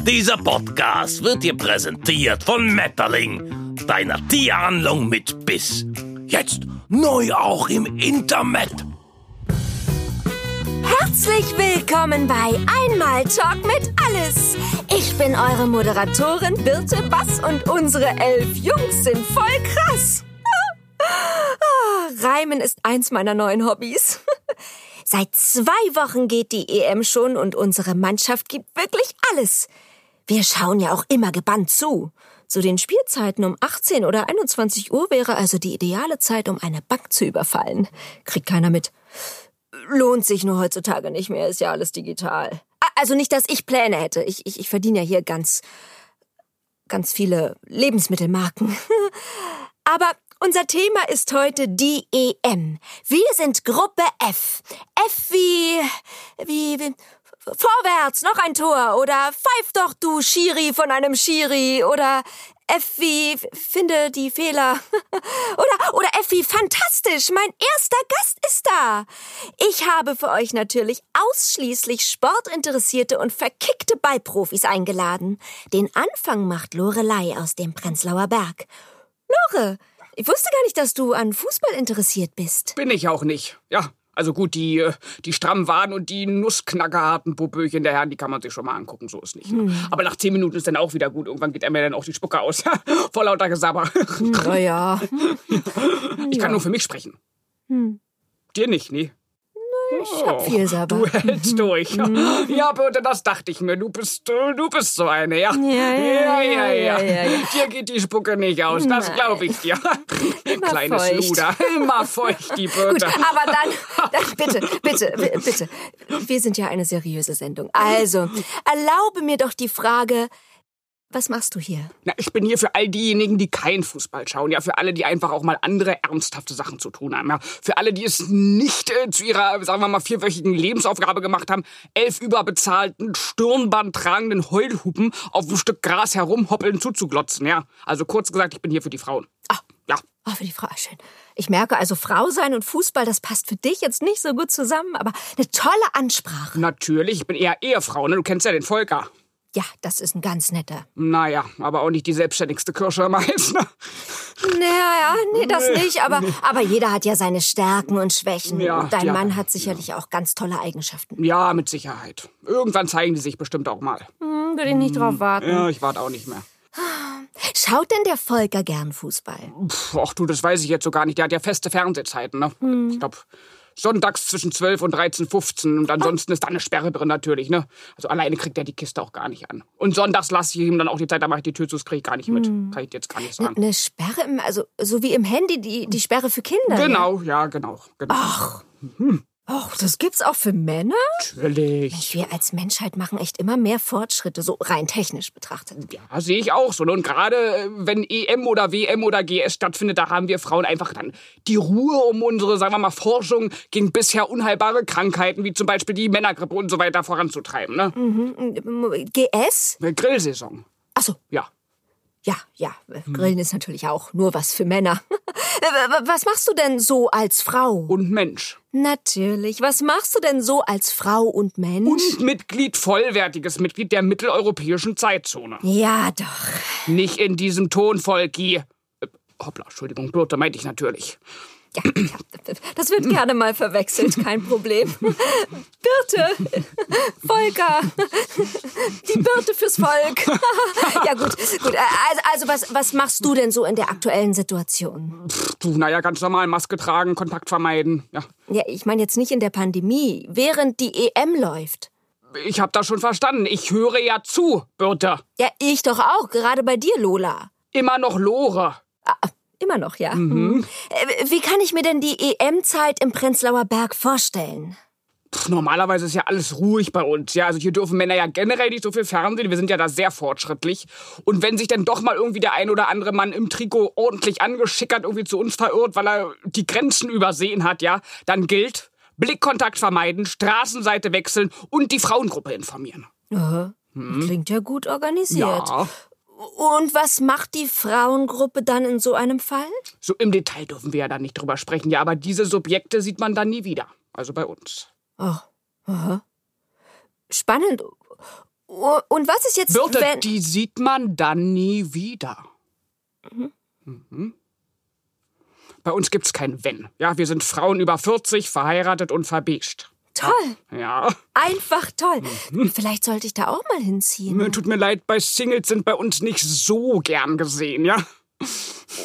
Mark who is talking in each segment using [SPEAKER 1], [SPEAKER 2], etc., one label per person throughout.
[SPEAKER 1] Dieser Podcast wird dir präsentiert von Metterling, deiner Tierhandlung mit Biss. Jetzt neu auch im Internet.
[SPEAKER 2] Herzlich willkommen bei Einmal Talk mit Alles. Ich bin eure Moderatorin Birte Bass und unsere elf Jungs sind voll krass. Ah, Reimen ist eins meiner neuen Hobbys. Seit zwei Wochen geht die EM schon und unsere Mannschaft gibt wirklich alles. Wir schauen ja auch immer gebannt zu. Zu den Spielzeiten um 18 oder 21 Uhr wäre also die ideale Zeit, um eine Bank zu überfallen. Kriegt keiner mit lohnt sich nur heutzutage nicht mehr, ist ja alles digital. Ah, Also nicht, dass ich Pläne hätte. Ich, ich, ich verdiene ja hier ganz, ganz viele Lebensmittelmarken. Aber unser Thema ist heute die EM. Wir sind Gruppe F. F wie, wie, wie vorwärts, noch ein Tor oder pfeif doch du Schiri von einem Schiri oder F wie finde die Fehler oder oder F wie fantastisch, mein erster Gast ist da. Ich habe für euch natürlich ausschließlich sportinteressierte und verkickte Ballprofis eingeladen. Den Anfang macht Lorelei aus dem Prenzlauer Berg. Lore, ich wusste gar nicht, dass du an Fußball interessiert bist.
[SPEAKER 3] Bin ich auch nicht. Ja, also gut, die, äh, die strammen Waden und die nussknackerharten Popöchen der Herren, die kann man sich schon mal angucken, so ist nicht. Ne?
[SPEAKER 2] Hm.
[SPEAKER 3] Aber nach zehn Minuten ist dann auch wieder gut. Irgendwann geht einem ja dann auch die Spucke aus. Vor lauter Gesabber.
[SPEAKER 2] Hm, Naja.
[SPEAKER 3] Ich kann nur für mich sprechen. Dir nicht, nee.
[SPEAKER 2] Hm.
[SPEAKER 3] Oh.
[SPEAKER 2] Ich hab viel Mhm. Sabber.
[SPEAKER 3] Du hältst durch. Ja, Birte, das dachte ich mir. Du bist, äh, du bist so eine, ja.
[SPEAKER 2] Ja, ja, ja, ja, ja, ja.
[SPEAKER 3] Dir geht die Spucke nicht aus, das
[SPEAKER 2] Nein.
[SPEAKER 3] glaube ich dir. Kleines
[SPEAKER 2] feucht.
[SPEAKER 3] Luder. Immer feucht, die Birte.
[SPEAKER 2] Gut, aber dann, dann bitte, bitte, bi- bitte. Wir sind ja eine seriöse Sendung. Also, erlaube mir doch die Frage, was machst du hier?
[SPEAKER 3] Na, ich bin hier für all diejenigen, die keinen Fußball schauen. Ja, für alle, die einfach auch mal andere ernsthafte Sachen zu tun haben. Ja, für alle, die es nicht äh, zu ihrer, sagen wir mal, vierwöchigen Lebensaufgabe gemacht haben, elf überbezahlten, Stirnband tragenden Heulhupen auf einem Stück Gras herumhoppeln zuzuglotzen. Ja, also kurz gesagt, ich bin hier für die Frauen. Ah, ja.
[SPEAKER 2] Oh, für die Frau, ah, schön. Ich merke also, Frau sein und Fußball, das passt für dich jetzt nicht so gut zusammen, aber eine tolle Ansprache.
[SPEAKER 3] Natürlich, ich bin eher Ehefrau, ne? Du kennst ja den Volker.
[SPEAKER 2] Ja, das ist ein ganz netter.
[SPEAKER 3] Naja, aber auch nicht die selbstständigste Kirsche am Eis, ne?
[SPEAKER 2] Naja, nee, das nicht, aber, aber jeder hat ja seine Stärken und Schwächen.
[SPEAKER 3] Ja,
[SPEAKER 2] und dein
[SPEAKER 3] ja,
[SPEAKER 2] Mann hat sicherlich auch ganz tolle Eigenschaften.
[SPEAKER 3] Ja, mit Sicherheit. Irgendwann zeigen die sich bestimmt auch mal.
[SPEAKER 2] Hm, würde ich nicht
[SPEAKER 3] Mm.
[SPEAKER 2] drauf warten.
[SPEAKER 3] Ja, ich warte auch nicht mehr.
[SPEAKER 2] Schaut denn der Volker gern Fußball?
[SPEAKER 3] Puh, ach du, das weiß ich jetzt so gar nicht. Der hat ja feste Fernsehzeiten, ne? Ich glaube, sonntags zwischen 12 und 13.15 und ansonsten ist da eine Sperre drin natürlich, ne? Also alleine kriegt er die Kiste auch gar nicht an. Und sonntags lasse ich ihm dann auch die Zeit, da mache ich die Tür zu, das kriege ich gar nicht mit. Kann ich jetzt gar nicht sagen.
[SPEAKER 2] Eine Sperre im, also so wie im Handy, die, die Sperre für Kinder. ne?
[SPEAKER 3] Genau, ja, genau. genau.
[SPEAKER 2] Och, das gibt's auch für Männer?
[SPEAKER 3] Natürlich.
[SPEAKER 2] Wir als Menschheit machen echt immer mehr Fortschritte, so rein technisch betrachtet.
[SPEAKER 3] Ja, sehe ich auch so. ne? Und gerade äh, wenn EM oder WM oder GS stattfindet, da haben wir Frauen einfach dann die Ruhe, um unsere, sagen wir mal, Forschung gegen bisher unheilbare Krankheiten, wie zum Beispiel die Männergrippe und so weiter, voranzutreiben. Ne?
[SPEAKER 2] GS?
[SPEAKER 3] Grillsaison.
[SPEAKER 2] Achso,
[SPEAKER 3] Ja.
[SPEAKER 2] ja, ja.
[SPEAKER 3] Hm.
[SPEAKER 2] Grillen ist natürlich auch nur was für Männer. was machst du denn so als Frau?
[SPEAKER 3] Und Mensch.
[SPEAKER 2] Natürlich. Was machst du denn so als Frau und Mensch?
[SPEAKER 3] Und Mitglied, vollwertiges Mitglied der mitteleuropäischen Zeitzone.
[SPEAKER 2] ja, doch.
[SPEAKER 3] Nicht in diesem Ton, Volki. Äh, Hoppla, Entschuldigung, Birte meinte ich natürlich.
[SPEAKER 2] Ja, ja, das wird gerne mal verwechselt, kein Problem. Birte, Volker, die Birte fürs Volk. Ja gut, gut. Also, also was, was machst du denn so in der aktuellen Situation?
[SPEAKER 3] Pff, Du, naja, ganz normal, Maske tragen, Kontakt vermeiden. Ja.
[SPEAKER 2] Ja, ich meine jetzt nicht in der Pandemie, während die EM läuft.
[SPEAKER 3] Ich hab das schon verstanden. Ich höre ja zu, Birte.
[SPEAKER 2] Ja, ich doch auch, gerade bei dir, Lola.
[SPEAKER 3] Immer noch Lore.
[SPEAKER 2] Ah, immer noch, ja. Äh, Wie kann ich mir denn die EM-Zeit im Prenzlauer Berg vorstellen?
[SPEAKER 3] Pff, normalerweise ist ja alles ruhig bei uns. Ja, also hier dürfen Männer ja generell nicht so viel fernsehen. Wir sind ja da sehr fortschrittlich. Und wenn sich dann doch mal irgendwie der ein oder andere Mann im Trikot ordentlich angeschickert irgendwie zu uns verirrt, weil er die Grenzen übersehen hat, ja, dann gilt Blickkontakt vermeiden, Straßenseite wechseln und die Frauengruppe informieren.
[SPEAKER 2] Aha. Klingt ja gut organisiert.
[SPEAKER 3] Ja.
[SPEAKER 2] Und was macht die Frauengruppe dann in so einem Fall?
[SPEAKER 3] So im Detail dürfen wir ja dann nicht drüber sprechen. Ja, aber diese Subjekte sieht man dann nie wieder. Also bei uns.
[SPEAKER 2] Oh, aha. Spannend. Oh, Und was ist jetzt,
[SPEAKER 3] Birte,
[SPEAKER 2] wenn...
[SPEAKER 3] die sieht man dann nie wieder. Mhm. Bei uns gibt's kein Wenn. Ja, wir sind Frauen über 40, verheiratet und verbecht.
[SPEAKER 2] Toll,
[SPEAKER 3] Ja,
[SPEAKER 2] einfach toll.
[SPEAKER 3] Mhm.
[SPEAKER 2] Vielleicht sollte ich da auch mal hinziehen.
[SPEAKER 3] mir tut mir leid, bei Singles sind bei uns nicht so gern gesehen, ja?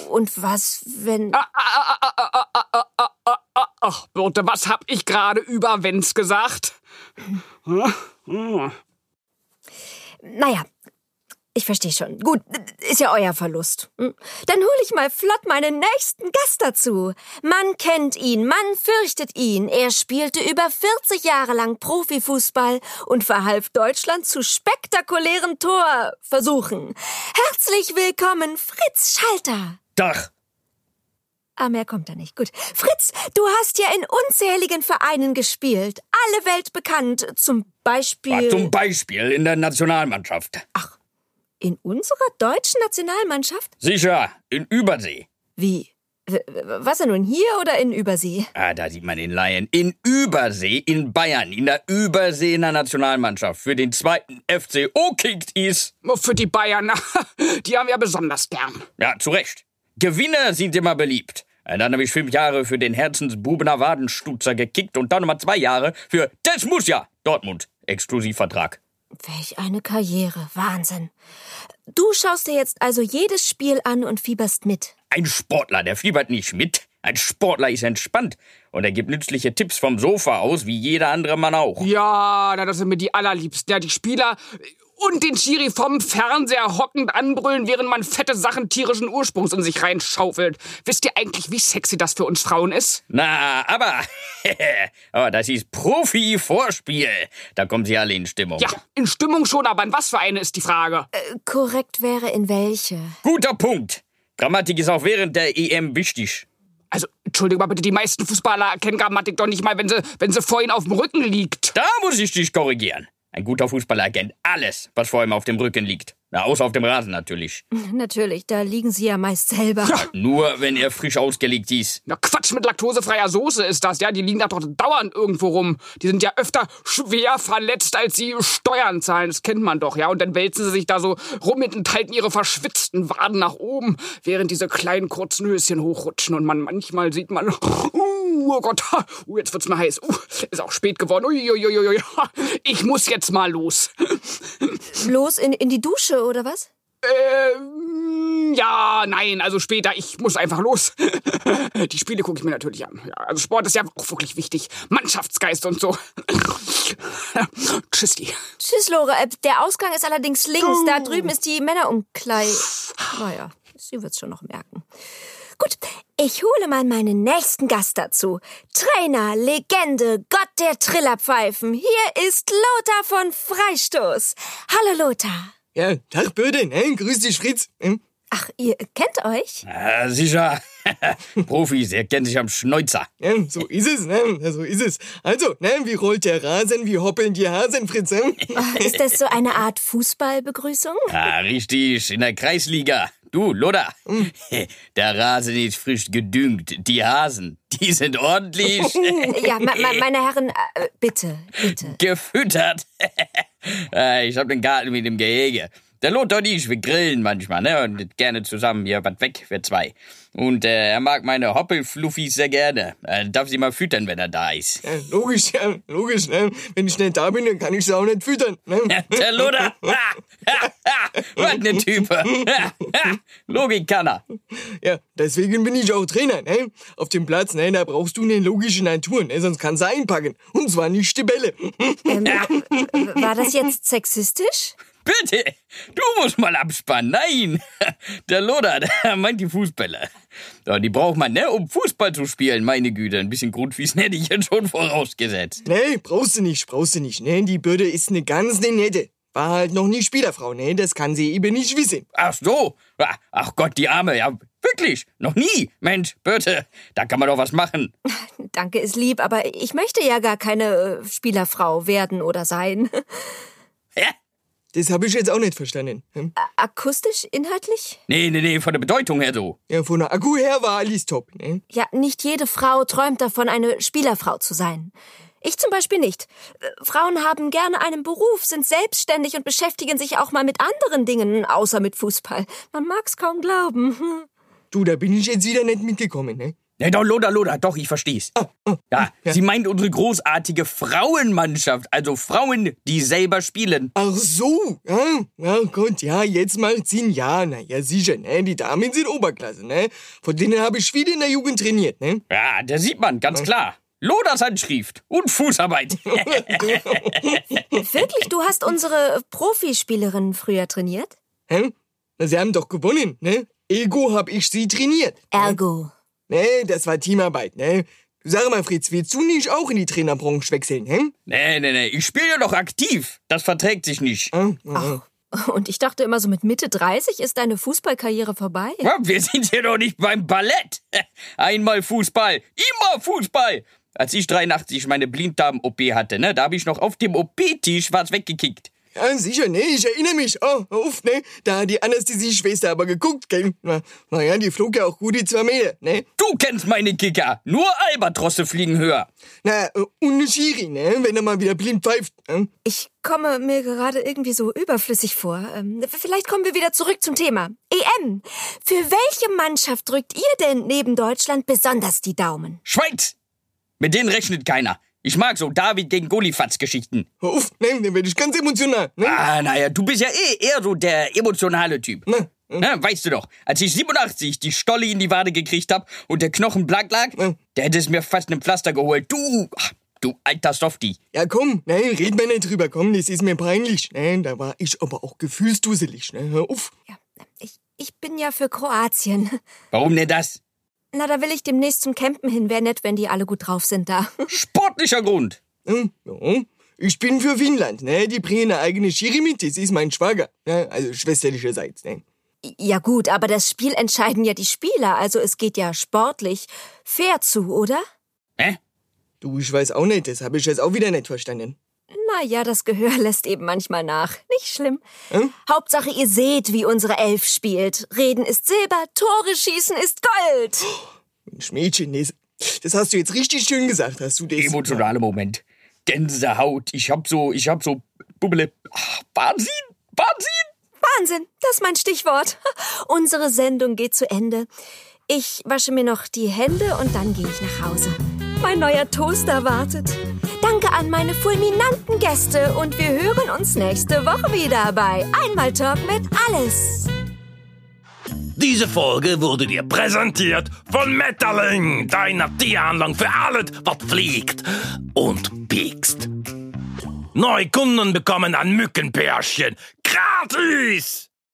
[SPEAKER 2] Und was, wenn...
[SPEAKER 3] Ach, Birte, was hab ich gerade über Wenns gesagt? Mhm.
[SPEAKER 2] Naja, ich verstehe schon. Gut, ist ja euer Verlust. Hm? Dann hole ich mal flott meinen nächsten Gast dazu. Man kennt ihn, man fürchtet ihn. Er spielte über 40 Jahre lang Profifußball und verhalf Deutschland zu spektakulären Torversuchen. Herzlich willkommen, Fritz Schalter.
[SPEAKER 1] Dach.
[SPEAKER 2] Ah, mehr kommt da nicht. Gut. Fritz, du hast ja in unzähligen Vereinen gespielt. Alle weltbekannt. Zum Beispiel.
[SPEAKER 4] Zum Beispiel in der Nationalmannschaft.
[SPEAKER 2] in unserer deutschen Nationalmannschaft?
[SPEAKER 4] Sicher, in Übersee.
[SPEAKER 2] Wie? W- w- Was er nun hier oder in Übersee?
[SPEAKER 4] Ah, da sieht man den Laien. In Übersee, in Bayern, in der Überseener Nationalmannschaft für den zweiten FCO kickt is.
[SPEAKER 3] Für die Bayern, die haben wir besonders gern.
[SPEAKER 4] Ja, zu Recht. Gewinner sind immer beliebt. Und dann habe ich fünf Jahre für den Herzensbubener Wadenstutzer gekickt und dann nochmal zwei Jahre für Das muss ja Dortmund. Exklusivvertrag.
[SPEAKER 2] Welch eine Karriere, Wahnsinn. Du schaust dir jetzt also jedes Spiel an und fieberst mit.
[SPEAKER 4] Ein Sportler, der fiebert nicht mit. Ein Sportler ist entspannt und er gibt nützliche Tipps vom Sofa aus, wie jeder andere Mann auch.
[SPEAKER 3] Ja, na, das sind mir die allerliebsten. Ja, die Spieler und den Schiri vom Fernseher hockend anbrüllen, während man fette Sachen tierischen Ursprungs in sich reinschaufelt. Wisst ihr eigentlich, wie sexy das für uns Frauen ist?
[SPEAKER 4] Na, aber, aber das ist Profi-Vorspiel. Da kommen sie alle in Stimmung.
[SPEAKER 3] Ja, in Stimmung schon, aber in was für eine ist die Frage?
[SPEAKER 2] Korrekt wäre in welche?
[SPEAKER 4] Guter Punkt. Grammatik ist auch während der EM wichtig.
[SPEAKER 3] Also, Entschuldigung, aber bitte, die meisten Fußballer erkennen Grammatik doch nicht mal, wenn sie, wenn sie vor ihnen auf dem Rücken liegt.
[SPEAKER 4] Da muss ich dich korrigieren. Ein guter Fußballer erkennt alles, was vor ihm auf dem Rücken liegt. Na, außer auf dem Rasen natürlich.
[SPEAKER 2] Natürlich, da liegen sie ja meist selber.
[SPEAKER 4] Nur, wenn er frisch ausgelegt ist.
[SPEAKER 3] Na, Quatsch mit laktosefreier Soße ist das, ja? Die liegen da doch dauernd irgendwo rum. Die sind ja öfter schwer verletzt, als sie Steuern zahlen. Das kennt man doch, ja? Und dann wälzen sie sich da so rum und halten ihre verschwitzten Waden nach oben, während diese kleinen kurzen Höschen hochrutschen. Und man manchmal sieht man, uh, oh Gott, ha, uh, jetzt wird's mir heiß. Uh, ist auch spät geworden. Uiuiuiui, ha, ich muss jetzt mal los.
[SPEAKER 2] Bloß in, in die Dusche, oder was?
[SPEAKER 3] Ähm, ja, nein, also später. Ich muss einfach los. Die Spiele gucke ich mir natürlich an. Ja, also Sport ist ja auch wirklich wichtig. Mannschaftsgeist und so. Tschüssi.
[SPEAKER 2] Tschüss, Lore. Äh, Der Ausgang ist allerdings links. Da drüben ist die Männerumkleide. Naja, sie wird's schon noch merken. Gut, ich hole mal meinen nächsten Gast dazu. Trainer, Legende, Gott der Trillerpfeifen. Hier ist Lothar von Freistoß. Hallo, Lothar.
[SPEAKER 5] Ja, Tag Böde, ne? Grüß dich, Fritz. Hm?
[SPEAKER 2] Ach, ihr kennt euch?
[SPEAKER 4] Ah, sicher. Profis erkennen sich am Schneuzer.
[SPEAKER 5] Ja, so ist es, ne? Ja, So ist es. Also, ne? Wie rollt der Rasen, wie hoppeln die Hasen, Fritz? Hm?
[SPEAKER 2] Ist das so eine Art Fußballbegrüßung?
[SPEAKER 4] Ah, richtig, in der Kreisliga. Du, Loda, der Rasen ist frisch gedüngt. Die Hasen, die sind ordentlich
[SPEAKER 2] Ja, me- me- meine Herren, äh, bitte, bitte.
[SPEAKER 4] gefüttert. Ah, ich hab den Garten mit dem Gehege. Der Lothar und ich, wir grillen manchmal, ne? Und gerne zusammen hier was weg für zwei. Und äh, er mag meine Hoppelfluffis sehr gerne. Äh, darf sie mal füttern, wenn er da ist.
[SPEAKER 5] Ja, logisch, ja, logisch, ne? Wenn ich nicht da bin, dann kann ich sie auch nicht füttern. Ne?
[SPEAKER 4] Der Lothar! Ha, ha, ha. Was ne Type! Ha, ha. Logik kann er.
[SPEAKER 5] Ja, deswegen bin ich auch Trainer, ne? Auf dem Platz, ne? Da brauchst du eine logische Natur, ne? Sonst kannst du einpacken. Und zwar nicht die Bälle. Hm?
[SPEAKER 2] Ähm, w- war das jetzt sexistisch?
[SPEAKER 4] Bitte, du musst mal abspannen. Nein, der Loder, der meint die Fußbälle. Ja, die braucht man, ne, um Fußball zu spielen, meine Güte. Ein bisschen Grundwissen hätte ich jetzt schon vorausgesetzt.
[SPEAKER 5] Nee, Ne, brauchst du nicht, brauchst du nicht, ne? Die Böde ist eine ganz ne nette. War halt noch nie Spielerfrau, ne? Das kann sie eben nicht wissen.
[SPEAKER 4] Ach so, Ah, ach Gott, die Arme, ja, wirklich, noch nie. Mensch, Birte, da kann man doch was machen.
[SPEAKER 2] Danke ist lieb, aber ich möchte ja gar keine äh, Spielerfrau werden oder sein.
[SPEAKER 4] Hä?
[SPEAKER 5] Das habe ich jetzt auch nicht verstanden. Hm?
[SPEAKER 2] Akustisch, inhaltlich?
[SPEAKER 4] Nee, nee, nee, von der Bedeutung her so.
[SPEAKER 5] Ja, von der Akku her war alles top, ne?
[SPEAKER 2] Ja, nicht jede Frau träumt davon, eine Spielerfrau zu sein. Ich zum Beispiel nicht. Äh, Frauen haben gerne einen Beruf, sind selbstständig und beschäftigen sich auch mal mit anderen Dingen, außer mit Fußball. Man mag's kaum glauben. Hm.
[SPEAKER 5] Du, da bin ich jetzt wieder nicht mitgekommen, ne?
[SPEAKER 4] Ja, doch, Loda, Loda, doch, ich versteh's. Ja, sie meint unsere großartige Frauenmannschaft, also Frauen, die selber spielen.
[SPEAKER 5] Ach so, ja, ja Gott, ja, jetzt macht Sinn, ja, na ja, sicher, ne? Die Damen sind Oberklasse, ne? Von denen habe ich viel in der Jugend trainiert, ne?
[SPEAKER 4] Ja, da sieht man, ganz klar. Lodas Handschrift und Fußarbeit.
[SPEAKER 2] Wirklich, du hast unsere Profispielerinnen früher trainiert?
[SPEAKER 5] Hä? Na, sie haben doch gewonnen, ne? Ego hab ich sie trainiert.
[SPEAKER 2] Ergo.
[SPEAKER 5] Ne, das war Teamarbeit, ne? Du sag mal, Fritz, willst du nicht auch in die Trainerbranche wechseln, ne? hä?
[SPEAKER 4] nee, nee, nee, ich spiele ja doch aktiv. Das verträgt sich nicht.
[SPEAKER 5] Ah,
[SPEAKER 2] Und ich dachte immer, so mit Mitte 30 ist deine Fußballkarriere vorbei.
[SPEAKER 4] Ja, Wir sind hier doch nicht beim Ballett. Einmal Fußball, immer Fußball. Als ich 83 meine Blinddarm-OP hatte, ne, da habe ich noch auf dem OP-Tisch was weggekickt.
[SPEAKER 5] Ja, sicher, ne? Ich erinnere mich. Oh, auf, ne? Da hat die Anästhesie-Schwester aber geguckt, gell? Na, na ja, die flog ja auch gut die zwei Meter, ne?
[SPEAKER 4] Du kennst meine Kicker. Nur Albatrosse fliegen höher.
[SPEAKER 5] Na, und ne Schiri, ne? Wenn er mal wieder blind pfeift. Ne?
[SPEAKER 2] Ich komme mir gerade irgendwie so überflüssig vor. Ähm, vielleicht kommen wir wieder zurück zum Thema. EM. Für welche Mannschaft drückt ihr denn neben Deutschland besonders die Daumen?
[SPEAKER 4] Schweiz! Mit denen rechnet keiner. Ich mag so David gegen Golifatz-Geschichten.
[SPEAKER 5] Hör auf, ne? Dann werde ich ganz emotional, ne?
[SPEAKER 4] Ah, naja, du bist ja eh eher so der emotionale Typ.
[SPEAKER 5] Ne?
[SPEAKER 4] Na, weißt du doch, als ich 87 die Stolle in die Wade gekriegt hab und der Knochen blank lag,
[SPEAKER 5] Hm.
[SPEAKER 4] der hätte es mir fast ein Pflaster geholt. Du, ach, du alter Softie.
[SPEAKER 5] Ja, komm, ne? Red mir nicht drüber, komm, das ist mir peinlich, ne? Da war ich aber auch gefühlsduselig, ne? Hör auf.
[SPEAKER 2] Ja, ich, ich bin ja für Kroatien.
[SPEAKER 4] Warum denn das?
[SPEAKER 2] Na, da will ich demnächst zum Campen hin. Wäre nett, wenn die alle gut drauf sind da.
[SPEAKER 4] Sportlicher Grund.
[SPEAKER 5] Hm, ja. Ich bin für Finnland, ne? Die bringen eine eigene Schiri mit, das ist mein Schwager, ne? Also schwesterlicherseits, ne?
[SPEAKER 2] Ja gut, aber das Spiel entscheiden ja die Spieler. Also es geht ja sportlich fair zu, oder?
[SPEAKER 4] Hä?
[SPEAKER 5] Du, ich weiß auch nicht, das habe ich jetzt auch wieder nicht verstanden.
[SPEAKER 2] Na ja, das Gehör lässt eben manchmal nach. Nicht schlimm. Hauptsache, ihr seht, wie unsere Elf spielt. Reden ist Silber, Tore schießen ist Gold.
[SPEAKER 5] Mensch, Mädchen, das, das hast du jetzt richtig schön gesagt, hast du das.
[SPEAKER 4] Emotionaler Moment. Gänsehaut. Ich hab so, ich hab so Bubble. Ach, Wahnsinn, Wahnsinn.
[SPEAKER 2] Wahnsinn, das ist mein Stichwort. Unsere Sendung geht zu Ende. Ich wasche mir noch die Hände und dann gehe ich nach Hause. Mein neuer Toaster wartet. Danke an meine fulminanten Gäste und wir hören uns nächste Woche wieder bei Einmal Talk mit Alles.
[SPEAKER 1] Diese Folge wurde dir präsentiert von Metterling, deiner Tieranlage für alles, was fliegt und piekst. Neukunden bekommen ein Mückenpärchen. Gratis!